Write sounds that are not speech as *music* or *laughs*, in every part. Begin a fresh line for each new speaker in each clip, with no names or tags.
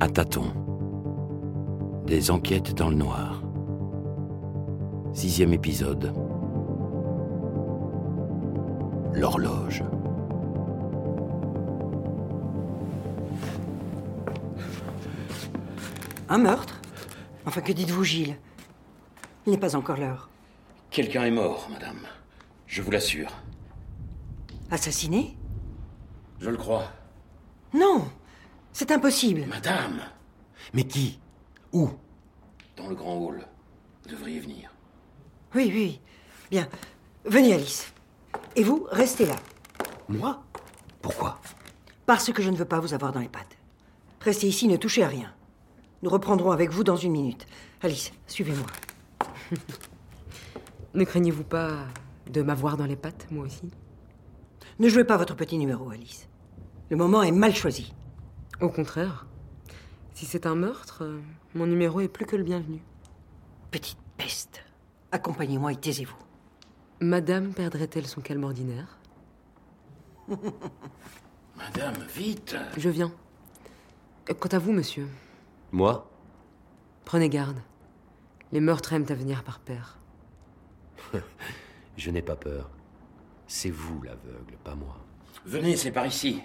à tâtons. Des enquêtes dans le noir. Sixième épisode. L'horloge.
Un meurtre Enfin, que dites-vous, Gilles Il n'est pas encore l'heure.
Quelqu'un est mort, madame. Je vous l'assure.
Assassiné
Je le crois.
Non C'est impossible
Madame
Mais qui Où
Dans le grand hall. Vous devriez venir.
Oui, oui. Bien. Venez, Alice. Et vous, restez là.
Moi Pourquoi
Parce que je ne veux pas vous avoir dans les pattes. Restez ici, ne touchez à rien. Nous reprendrons avec vous dans une minute. Alice, suivez-moi.
Ne craignez-vous pas de m'avoir dans les pattes, moi aussi
Ne jouez pas votre petit numéro, Alice. Le moment est mal choisi.
Au contraire. Si c'est un meurtre, euh, mon numéro est plus que le bienvenu.
Petite peste. Accompagnez-moi et taisez-vous.
Madame perdrait-elle son calme ordinaire
Madame, vite
Je viens. Euh, Quant à vous, monsieur,
Moi
prenez garde. Les meurtres aiment à venir par paire.
Je n'ai pas peur. C'est vous l'aveugle, pas moi.
Venez, c'est par ici.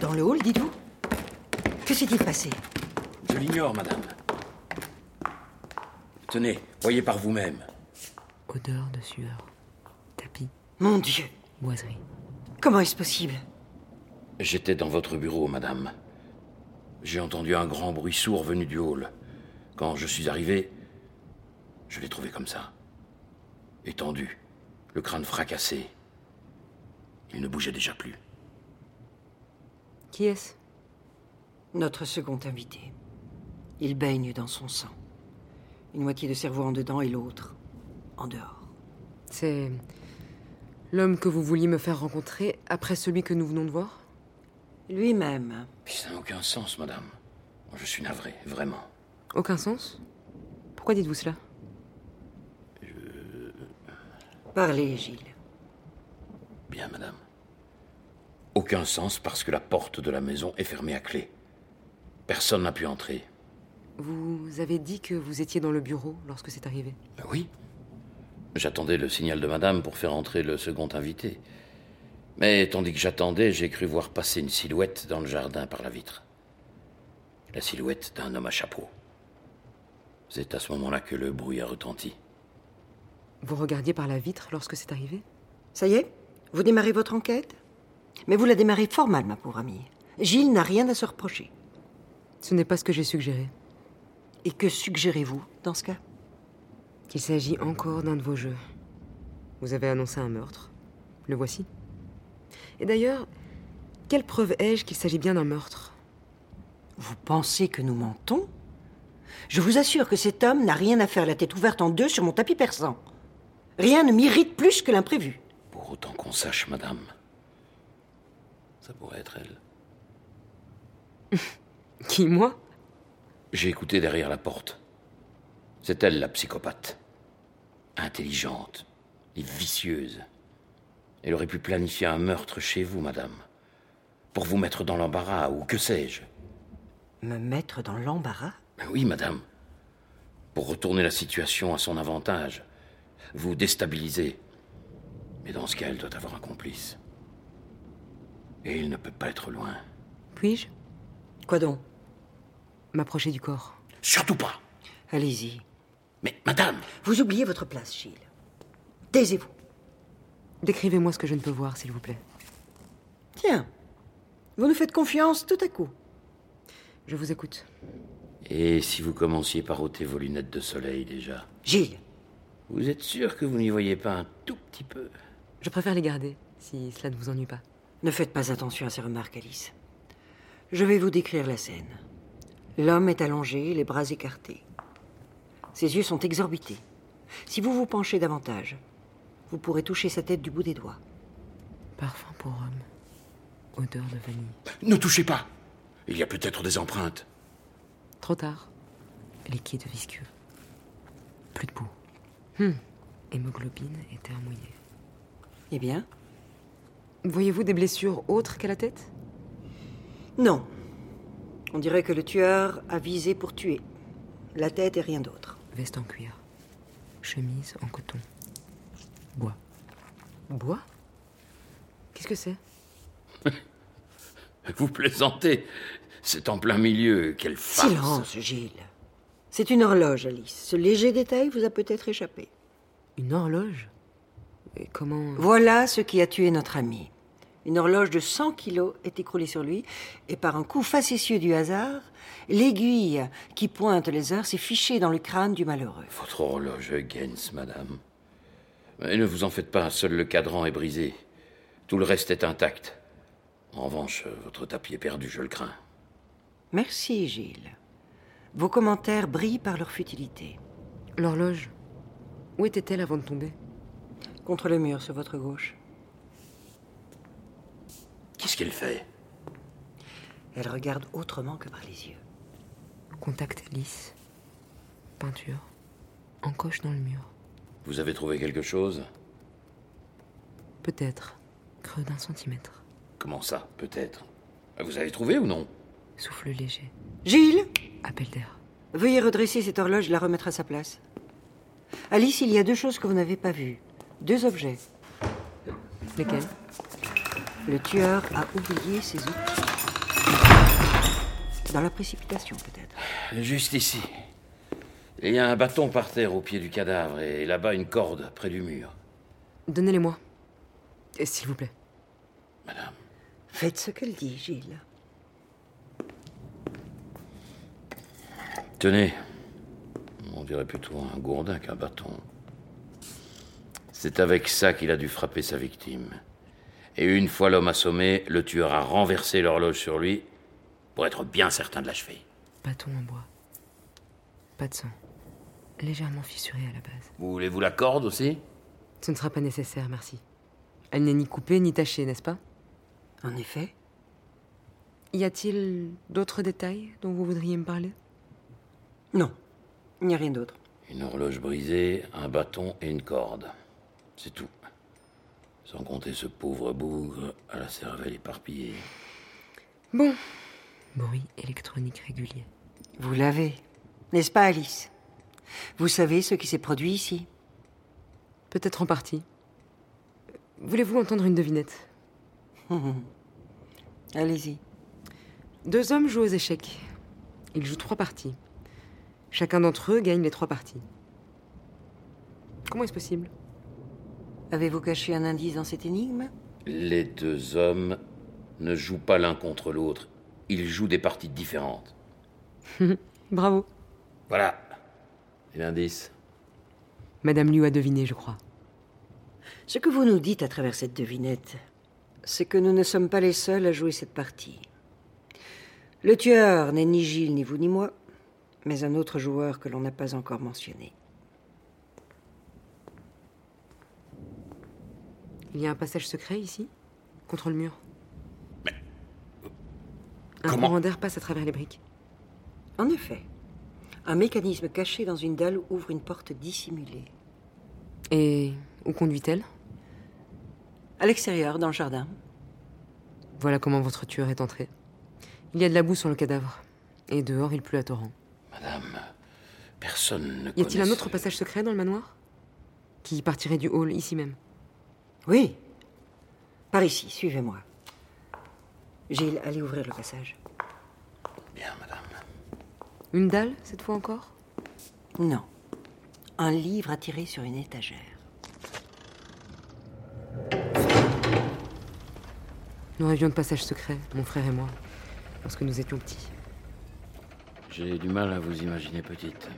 Dans le hall, dites-vous Que s'est-il passé
Je l'ignore, madame. Tenez, voyez par vous-même.
Odeur de sueur, tapis,
Mon Dieu
boiserie.
Comment est-ce possible
J'étais dans votre bureau, madame. J'ai entendu un grand bruit sourd venu du hall. Quand je suis arrivé, je l'ai trouvé comme ça. Étendu, le crâne fracassé. Il ne bougeait déjà plus.
Qui est-ce
Notre second invité. Il baigne dans son sang. Une moitié de cerveau en dedans et l'autre en dehors.
C'est l'homme que vous vouliez me faire rencontrer après celui que nous venons de voir
Lui-même.
Puis ça n'a aucun sens, madame. Je suis navré, vraiment.
Aucun sens Pourquoi dites-vous cela
Parlez, Gilles.
Bien, madame. Aucun sens parce que la porte de la maison est fermée à clé. Personne n'a pu entrer.
Vous avez dit que vous étiez dans le bureau lorsque c'est arrivé.
Ben oui. J'attendais le signal de madame pour faire entrer le second invité. Mais tandis que j'attendais, j'ai cru voir passer une silhouette dans le jardin par la vitre. La silhouette d'un homme à chapeau. C'est à ce moment-là que le bruit a retenti.
Vous regardiez par la vitre lorsque c'est arrivé
Ça y est Vous démarrez votre enquête Mais vous la démarrez fort mal, ma pauvre amie. Gilles n'a rien à se reprocher.
Ce n'est pas ce que j'ai suggéré.
Et que suggérez-vous dans ce cas
Qu'il s'agit encore d'un de vos jeux. Vous avez annoncé un meurtre. Le voici. Et d'ailleurs, quelle preuve ai-je qu'il s'agit bien d'un meurtre
Vous pensez que nous mentons Je vous assure que cet homme n'a rien à faire la tête ouverte en deux sur mon tapis persan. Rien ne m'irrite plus que l'imprévu.
Pour autant qu'on sache, madame. Ça pourrait être elle.
Qui, moi
J'ai écouté derrière la porte. C'est elle la psychopathe. Intelligente et vicieuse. Elle aurait pu planifier un meurtre chez vous, madame. Pour vous mettre dans l'embarras, ou que sais-je.
Me mettre dans l'embarras
Ben oui, madame. Pour retourner la situation à son avantage. Vous déstabiliser. Mais dans ce cas, elle doit avoir un complice. Et il ne peut pas être loin.
Puis-je
Quoi donc
m'approcher du corps
Surtout pas
Allez-y.
Mais madame
Vous oubliez votre place, Gilles. Taisez-vous.
Décrivez-moi ce que je ne peux voir, s'il vous plaît.
Tiens, vous nous faites confiance tout à coup.
Je vous écoute.
Et si vous commenciez par ôter vos lunettes de soleil déjà
Gilles,
Vous êtes sûr que vous n'y voyez pas un tout petit peu
Je préfère les garder, si cela ne vous ennuie pas.
ne faites pas attention à ces remarques, Alice. Je vais vous décrire la scène. L'homme est allongé, les bras écartés. Ses yeux sont exorbités. Si vous vous penchez davantage, vous pourrez toucher sa tête du bout des doigts.
Parfum pour homme. Odeur de vanille.
Ne touchez pas Il y a peut-être des empreintes.
Trop tard. Liquide visqueux. Plus de boue. Hmm. Hémoglobine et terre mouillée.
Eh bien
Voyez-vous des blessures autres qu'à la tête
Non. On dirait que le tueur a visé pour tuer. La tête et rien d'autre.
Veste en cuir. Chemise en coton. Bois. Bois Qu'est-ce que c'est
Vous plaisantez C'est en plein milieu, quelle farce
Silence, Gilles. C'est une horloge, Alice. Ce léger détail vous a peut-être échappé.
Une horloge Et comment euh,
Voilà ce qui a tué notre ami. Une horloge de 100 kilos est écroulée sur lui, et par un coup facétieux du hasard, l'aiguille qui pointe les heures s'est fichée dans le crâne du malheureux.
Votre horloge Gens, madame. Mais ne vous en faites pas, seul le cadran est brisé. Tout le reste est intact. En revanche, votre tapis est perdu, je le crains.
Merci, Gilles. Vos commentaires brillent par leur futilité.
L'horloge Où était-elle avant de tomber
Contre le mur sur votre gauche.
Qu'est-ce qu'elle fait
Elle regarde autrement que par les yeux.
Contact lisse. Peinture. Encoche dans le mur.
Vous avez trouvé quelque chose
Peut-être. Creux d'un centimètre.
Comment ça, peut-être Vous avez trouvé ou non
Souffle léger.
Gilles
Appel d'air.
Veuillez redresser cette horloge et la remettre à sa place. Alice, il y a deux choses que vous n'avez pas vues. Deux objets.
Lesquels
Le tueur a oublié ses outils. Dans la précipitation, peut-être.
Juste ici. Il y a un bâton par terre au pied du cadavre et là-bas une corde près du mur.
Donnez-les-moi. Et S'il vous plaît.
Madame,
Faites ce qu'elle dit, Gilles.
tenez. On dirait plutôt un gourdin qu'un bâton. C'est avec ça qu'il a dû frapper sa victime. Et une fois l'homme assommé, le tueur a renversé l'horloge sur lui pour être bien certain de l'achever.
Bâton en bois. Pas de sang. Légèrement fissuré à la base.
Vous voulez-vous la corde aussi
Ce ne sera pas nécessaire, merci. Elle n'est ni coupée ni tachée, n'est-ce pas
En effet,
Y a-t-il d'autres détails dont vous voudriez me parler
non. Il n'y a rien d'autre.
Une horloge brisée, un bâton et une corde. C'est tout. Sans compter ce pauvre bougre à la cervelle éparpillée.
Bon. Bruit électronique régulier.
Vous l'avez. N'est-ce pas, Alice Vous savez ce qui s'est produit ici
Peut-être en partie. Voulez-vous entendre une devinette
Allez-y.
Deux hommes jouent aux échecs. Ils jouent trois parties. Chacun d'entre eux gagne les trois parties. Comment est-ce possible
Avez-vous caché un indice dans cette énigme
Les deux hommes ne jouent pas l'un contre l'autre. Ils jouent des parties différentes.
Bravo.
Voilà. Et l'indice
Madame Liu a deviné, je crois.
Ce que vous nous dites à travers cette devinette, c'est que nous ne sommes pas les seuls à jouer cette partie. Le tueur n'est ni Gilles, ni vous, ni moi, mais un autre joueur que l'on n'a pas encore mentionné.
Il y a un passage secret ici Contre le mur Mais. Un
comment
courant d'air passe à travers les briques.
En effet, un mécanisme caché dans une dalle ouvre une porte dissimulée.
Et où conduit-elle
À l'extérieur, dans le jardin.
Voilà comment votre tueur est entré. Il y a de la boue sur le cadavre. Et dehors, il pleut à torrent.
Madame, personne ne
Y a-t-il
connaît
un
ce-
autre passage secret dans le manoir Qui partirait du hall, ici même
Oui. Par ici, suivez-moi. Gilles, allez ouvrir le passage.
Bien, madame.
Une dalle, cette fois encore
Non. Un livre attiré sur une étagère.
Nous rêvions de passage secret, mon frère et moi, lorsque nous étions petits.
J'ai du mal à vous imaginer petite.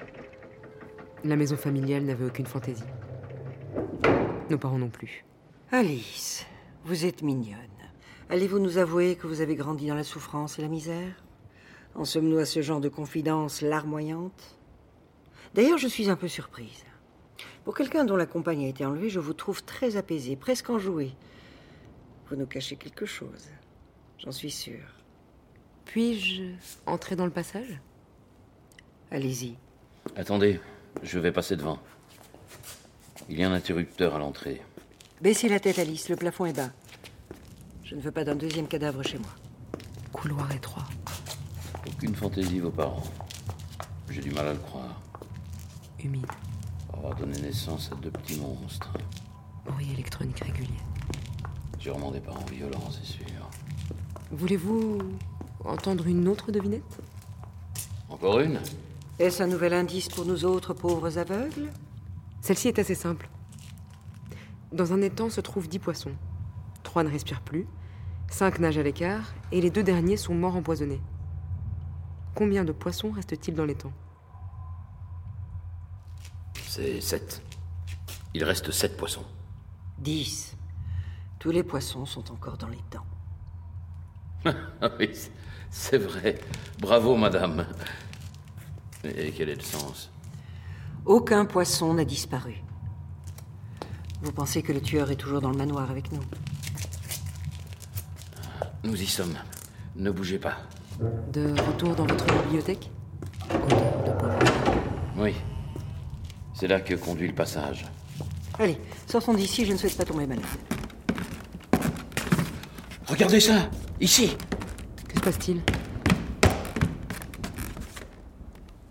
La maison familiale n'avait aucune fantaisie. Nos parents non plus.
Alice, vous êtes mignonne. Allez-vous nous avouer que vous avez grandi dans la souffrance et la misère En sommes-nous à ce genre de confidence larmoyante D'ailleurs, je suis un peu surprise. Pour quelqu'un dont la compagne a été enlevée, je vous trouve très apaisée, presque enjouée. Vous nous cachez quelque chose, j'en suis sûre.
Puis-je entrer dans le passage
Allez-y.
Attendez, je vais passer devant. Il y a un interrupteur à l'entrée.
Baissez la tête, Alice, le plafond est bas. Je ne veux pas d'un deuxième cadavre chez moi.
Couloir étroit.
Aucune fantaisie, vos parents. J'ai du mal à le croire.
Humide.
Pour avoir donné naissance à deux petits monstres.
Bruit électronique régulier.
Sûrement des parents violents, c'est sûr.
Voulez-vous entendre une autre devinette
Encore une
Est-ce un nouvel indice pour nous autres pauvres aveugles
Celle-ci est assez simple. Dans un étang se trouvent dix poissons. Trois ne respirent plus, cinq nagent à l'écart, et les deux derniers sont morts empoisonnés. Combien de poissons reste-t-il dans l'étang
C'est sept. Il reste sept poissons.
10. Tous les poissons sont encore dans les temps.
Ah oui, c'est- c'est vrai. Bravo, madame. Et quel est le sens
Aucun poisson n'a disparu. Vous pensez que le tueur est toujours dans le manoir avec nous
Nous y sommes. Ne bougez pas.
De retour dans votre bibliothèque Odeur de poivre.
Oui. C'est là que conduit le passage.
Allez, sortons d'ici, je ne souhaite pas tomber malade.
Regardez ça Ici
Que se passe-t-il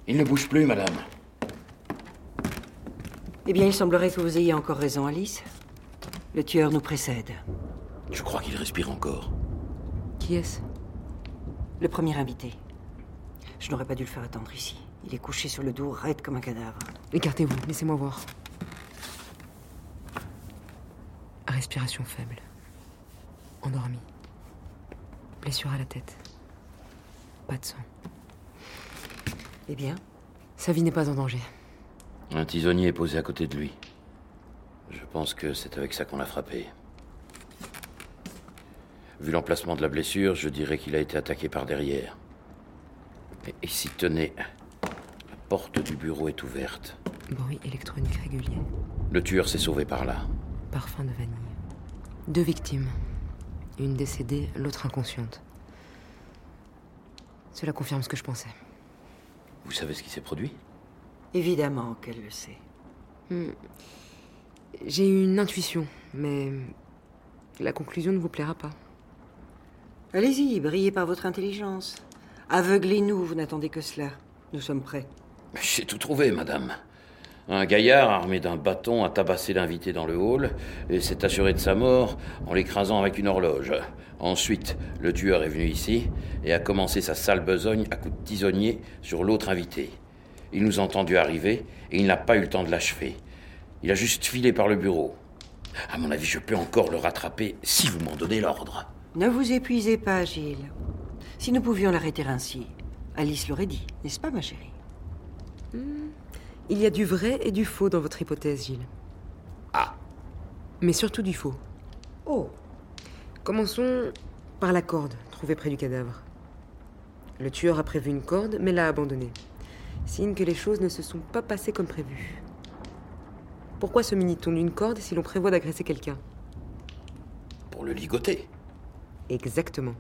Il ne bouge plus, madame.
Eh bien, il semblerait que vous ayez encore raison, Alice. Le tueur nous précède.
Je crois qu'il respire encore.
Qui est-ce
Le premier invité. Je n'aurais pas dû le faire attendre ici. Il est couché sur le dos, raide comme un cadavre.
Écartez-vous, laissez-moi voir. Respiration faible. Endormi. Blessure à la tête. Pas de sang.
Eh bien
Sa vie n'est pas en danger.
Un tisonnier est posé à côté de lui. Je pense que c'est avec ça qu'on l'a frappé. Vu l'emplacement de la blessure, je dirais qu'il a été attaqué par derrière. Et ici, tenez, la porte du bureau est ouverte.
Bruit électronique régulier.
Le tueur s'est sauvé par là.
Parfum de vanille. Deux victimes. Une décédée, l'autre inconsciente. Cela confirme ce que je pensais.
Vous savez ce qui s'est produit
Évidemment qu'elle le sait.
J'ai eu une intuition, mais la conclusion ne vous plaira pas.
Allez-y, brillez par votre intelligence. Aveuglez-nous, vous n'attendez que cela. Nous sommes prêts.
J'ai tout trouvé, madame. Un gaillard armé d'un bâton a tabassé l'invité dans le hall et s'est assuré de sa mort en l'écrasant avec une horloge. Ensuite, le tueur est venu ici et a commencé sa sale besogne à coups de tisonnier sur l'autre invité. Il nous a entendu arriver et il n'a pas eu le temps de l'achever. Il a juste filé par le bureau. À mon avis, je peux encore le rattraper si vous m'en donnez l'ordre.
Ne vous épuisez pas, Gilles. Si nous pouvions l'arrêter ainsi, Alice l'aurait dit, n'est-ce pas, ma chérie
Il y a du vrai et du faux dans votre hypothèse, Gilles.
Ah.
Mais surtout du faux.
Oh
Commençons par la corde trouvée près du cadavre. Le tueur a prévu une corde, mais l'a abandonnée. Signe que les choses ne se sont pas passées comme prévu. Pourquoi se munit-on d'une corde si l'on prévoit d'agresser quelqu'un
Pour le ligoter.
Exactement.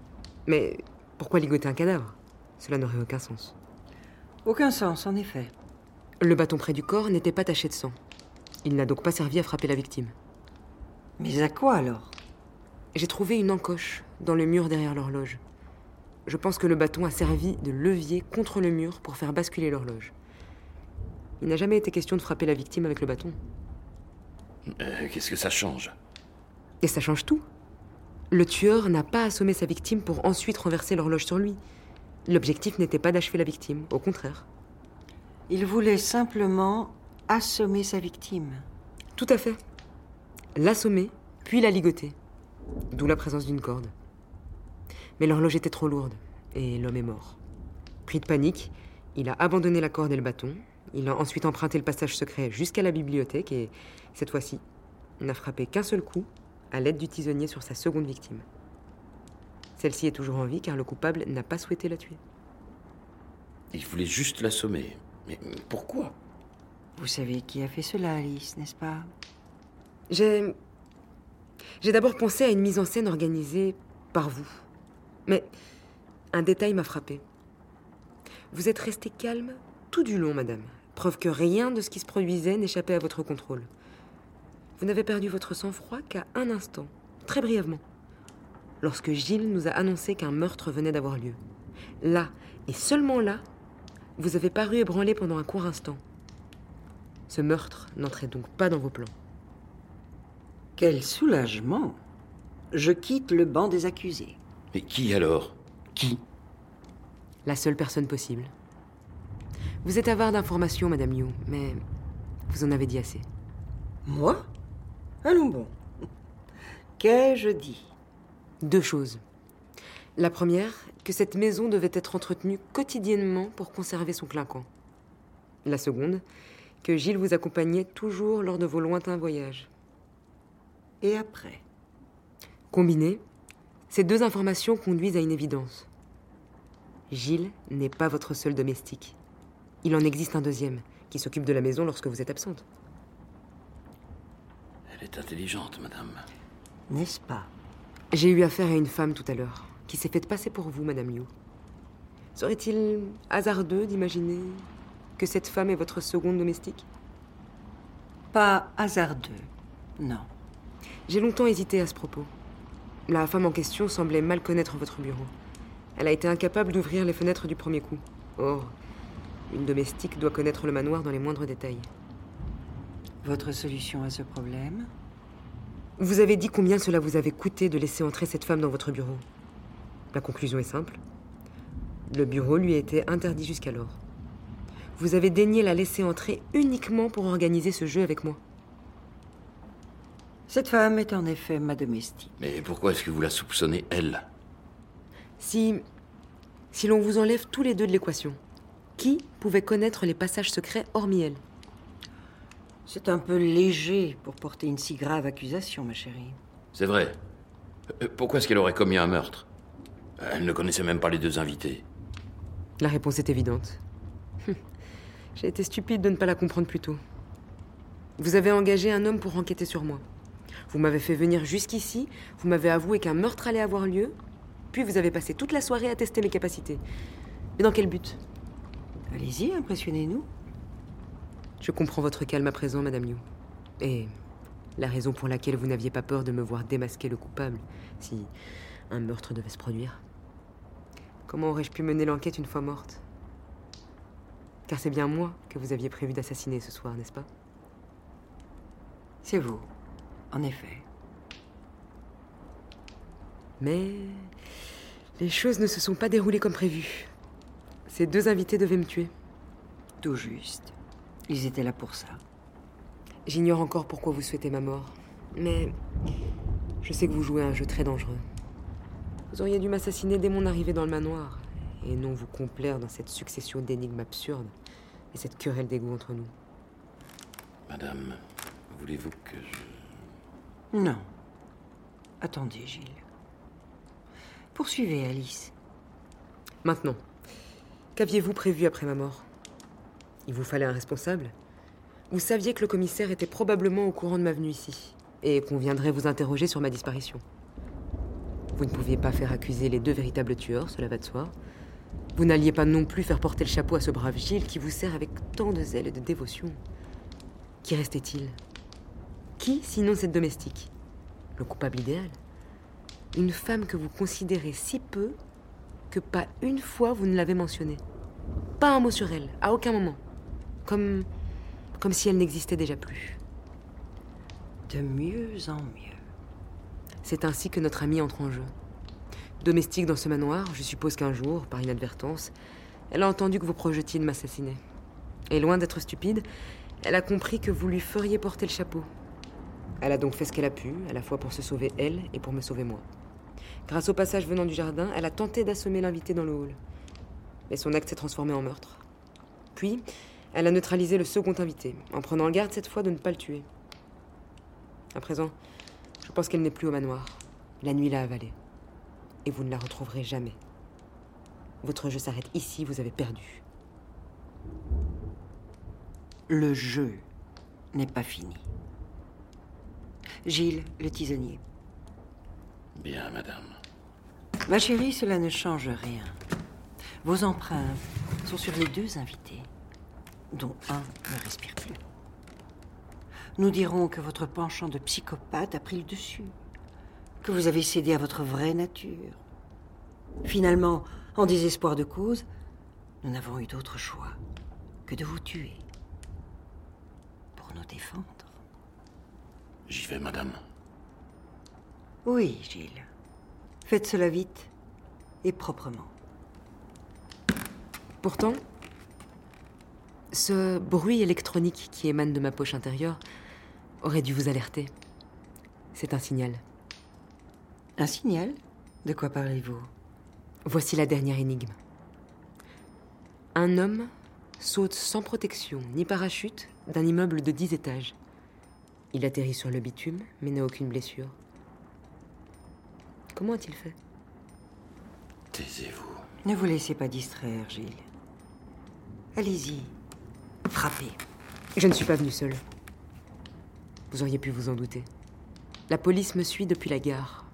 Mais pourquoi ligoter un cadavre Cela n'aurait aucun sens.
Aucun sens, en effet.
Le bâton près du corps n'était pas taché de sang. Il n'a donc pas servi à frapper la victime.
Mais à quoi alors
J'ai trouvé une encoche dans le mur derrière l'horloge. Je pense que le bâton a servi de levier contre le mur pour faire basculer l'horloge. Il n'a jamais été question de frapper la victime avec le bâton.
Euh, Qu'est-ce que ça change
Et ça change tout. Le tueur n'a pas assommé sa victime pour ensuite renverser l'horloge sur lui. L'objectif n'était pas d'achever la victime, au contraire.
Il voulait simplement assommer sa victime.
Tout à fait. L'assommer, puis la ligoter. D'où la présence d'une corde. Mais l'horloge était trop lourde, et l'homme est mort. Pris de panique, il a abandonné la corde et le bâton. Il a ensuite emprunté le passage secret jusqu'à la bibliothèque et, cette fois-ci, n'a frappé qu'un seul coup à l'aide du tisonnier sur sa seconde victime. Celle-ci est toujours en vie car le coupable n'a pas souhaité la tuer.
Il voulait juste l'assommer. Mais mais pourquoi
Vous savez qui a fait cela, Alice, n'est-ce pas
J'ai. J'ai d'abord pensé à une mise en scène organisée par vous. Mais un détail m'a frappé. Vous êtes resté calme tout du long, madame. Preuve que rien de ce qui se produisait n'échappait à votre contrôle. Vous n'avez perdu votre sang-froid qu'à un instant, très brièvement, lorsque Gilles nous a annoncé qu'un meurtre venait d'avoir lieu. là, et seulement là, vous avez paru ébranlé pendant un court instant. Ce meurtre n'entrait donc pas dans vos plans.
Quel soulagement Je quitte le banc des accusés.
Mais qui alors Qui
La seule personne possible. Vous êtes avare d'informations, Madame Liu, mais vous en avez dit assez.
Moi Allons bon. *laughs* Qu'ai-je dit
Deux choses. La première, que cette maison devait être entretenue quotidiennement pour conserver son clinquant. La seconde, que Gilles vous accompagnait toujours lors de vos lointains voyages.
Et après
Combinées, ces deux informations conduisent à une évidence. Gilles n'est pas votre seul domestique. Il en existe un deuxième, qui s'occupe de la maison lorsque vous êtes absente.
Elle est intelligente, madame.
N'est-ce pas
J'ai eu affaire à une femme tout à l'heure, qui s'est faite passer pour vous, Madame Liu. Serait-il hasardeux d'imaginer que cette femme est votre seconde domestique
Pas hasardeux. Non.
J'ai longtemps hésité à ce propos. La femme en question semblait mal connaître votre bureau. Elle a été incapable d'ouvrir les fenêtres du premier coup. Or, une domestique doit connaître le manoir dans les moindres détails.
Votre solution à ce problème
Vous avez dit combien cela vous avait coûté de laisser entrer cette femme dans votre bureau. La conclusion est simple. Le bureau lui était interdit jusqu'alors. Vous avez daigné la laisser entrer uniquement pour organiser ce jeu avec moi.
Cette femme est en effet ma domestique.
Mais pourquoi est-ce que vous la soupçonnez, elle
Si. Si l'on vous enlève tous les deux de l'équation, qui pouvait connaître les passages secrets hormis elle
C'est un peu léger pour porter une si grave accusation, ma chérie.
C'est vrai. Euh, Pourquoi est-ce qu'elle aurait commis un meurtre Elle ne connaissait même pas les deux invités.
La réponse est évidente. Hum, J'ai été stupide de ne pas la comprendre plus tôt. Vous avez engagé un homme pour enquêter sur moi. Vous m'avez fait venir jusqu'ici, vous m'avez avoué qu'un meurtre allait avoir lieu, puis vous avez passé toute la soirée à tester mes capacités. Mais dans quel but
Allez-y, impressionnez-nous.
Je comprends votre calme à présent, Madame Liu. Et la raison pour laquelle vous n'aviez pas peur de me voir démasquer le coupable, si un meurtre devait se produire. Comment aurais-je pu mener l'enquête une fois morte Car c'est bien moi que vous aviez prévu d'assassiner ce soir, n'est-ce pas
C'est vous, en effet.
Mais les choses ne se sont pas déroulées comme prévu. Ces deux invités devaient me tuer.
Tout juste. Ils étaient là pour ça.
J'ignore encore pourquoi vous souhaitez ma mort, mais je sais que vous jouez à un jeu très dangereux. Vous auriez dû m'assassiner dès mon arrivée dans le manoir, et non vous complaire dans cette succession d'énigmes absurdes et cette querelle d'ego entre nous.
Madame, voulez-vous que je...
Non. Attendez, Gilles. Poursuivez, Alice.
Maintenant, qu'aviez-vous prévu après ma mort Il vous fallait un responsable. Vous saviez que le commissaire était probablement au courant de ma venue ici, et qu'on viendrait vous interroger sur ma disparition. Vous ne pouviez pas faire accuser les deux véritables tueurs, cela va de soi. Vous n'alliez pas non plus faire porter le chapeau à ce brave Gilles qui vous sert avec tant de zèle et de dévotion. Qui restait-il Qui sinon cette domestique Le coupable idéal Une femme que vous considérez si peu que pas une fois vous ne l'avez mentionnée. Pas un mot sur elle, à aucun moment. Comme. comme si elle n'existait déjà plus.
De mieux en mieux.
C'est ainsi que notre amie entre en jeu. Domestique dans ce manoir, je suppose qu'un jour, par inadvertance, elle a entendu que vous projetiez de m'assassiner. Et loin d'être stupide, elle a compris que vous lui feriez porter le chapeau. Elle a donc fait ce qu'elle a pu, à la fois pour se sauver elle et pour me sauver moi. Grâce au passage venant du jardin, elle a tenté d'assommer l'invité dans le hall. Mais son acte s'est transformé en meurtre. Puis, elle a neutralisé le second invité, en prenant le garde cette fois de ne pas le tuer. À présent, je pense qu'elle n'est plus au manoir. La nuit l'a avalée. Et vous ne la retrouverez jamais. Votre jeu s'arrête ici, vous avez perdu.
Le jeu n'est pas fini. Gilles, le tisonnier.
Bien, madame.
Ma chérie, cela ne change rien. Vos empreintes sont sur les deux invités, dont un ne respire plus. Nous dirons que votre penchant de psychopathe a pris le dessus, que vous avez cédé à votre vraie nature.
Finalement, en désespoir de cause, nous n'avons eu d'autre choix que de vous tuer pour nous défendre.
J'y vais, madame.
Oui, Gilles. Faites cela vite et proprement.
Pourtant, ce bruit électronique qui émane de ma poche intérieure aurait dû vous alerter. C'est un signal.
Un signal De quoi parlez-vous
Voici la dernière énigme. Un homme saute sans protection ni parachute d'un immeuble de 10 étages. Il atterrit sur le bitume, mais n'a aucune blessure. Comment a-t-il fait
Taisez-vous.
Ne vous laissez pas distraire, Gilles. Allez-y. Frappez.
Je ne suis pas venue seule. Vous auriez pu vous en douter. La police me suit depuis la gare.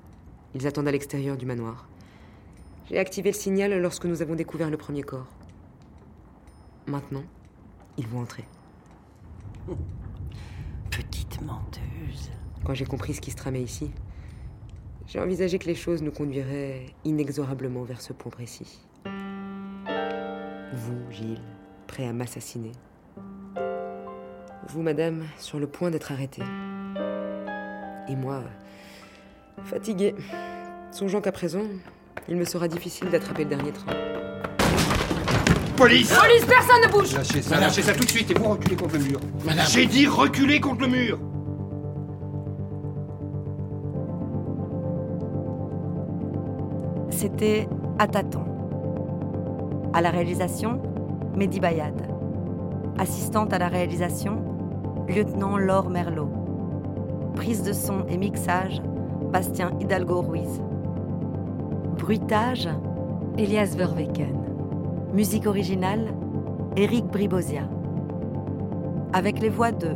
Ils attendent à l'extérieur du manoir. J'ai activé le signal lorsque nous avons découvert le premier corps. Maintenant, ils vont entrer.
Petite menteuse.
Quand j'ai compris ce qui se tramait ici, j'ai envisagé que les choses nous conduiraient inexorablement vers ce point précis. Vous, Gilles, prêt à m'assassiner. Vous, madame, sur le point d'être arrêtée. Et moi, fatiguée. Songeant qu'à présent, il me sera difficile d'attraper le dernier train.
Police
Police, personne ne bouge
Lâchez ça, lâchez ça tout de suite et vous reculez contre le mur.
Madame.
J'ai dit reculez contre le mur
C'était à tâtons. À la réalisation, Mehdi Bayad. Assistante à la réalisation, lieutenant Laure Merlot. Prise de son et mixage, Bastien Hidalgo Ruiz. Bruitage, Elias Verweken. Musique originale, Eric Bribosia. Avec les voix de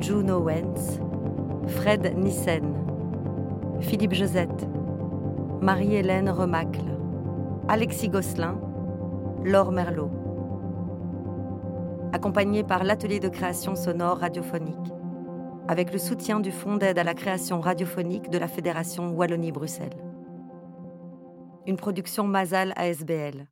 June Owens, Fred Nissen, Philippe Josette, Marie-Hélène Remacle, Alexis Gosselin, Laure Merlot. Accompagné par l'atelier de création sonore radiophonique, avec le soutien du Fonds d'aide à la création radiophonique de la Fédération Wallonie-Bruxelles. Une production Mazal ASBL.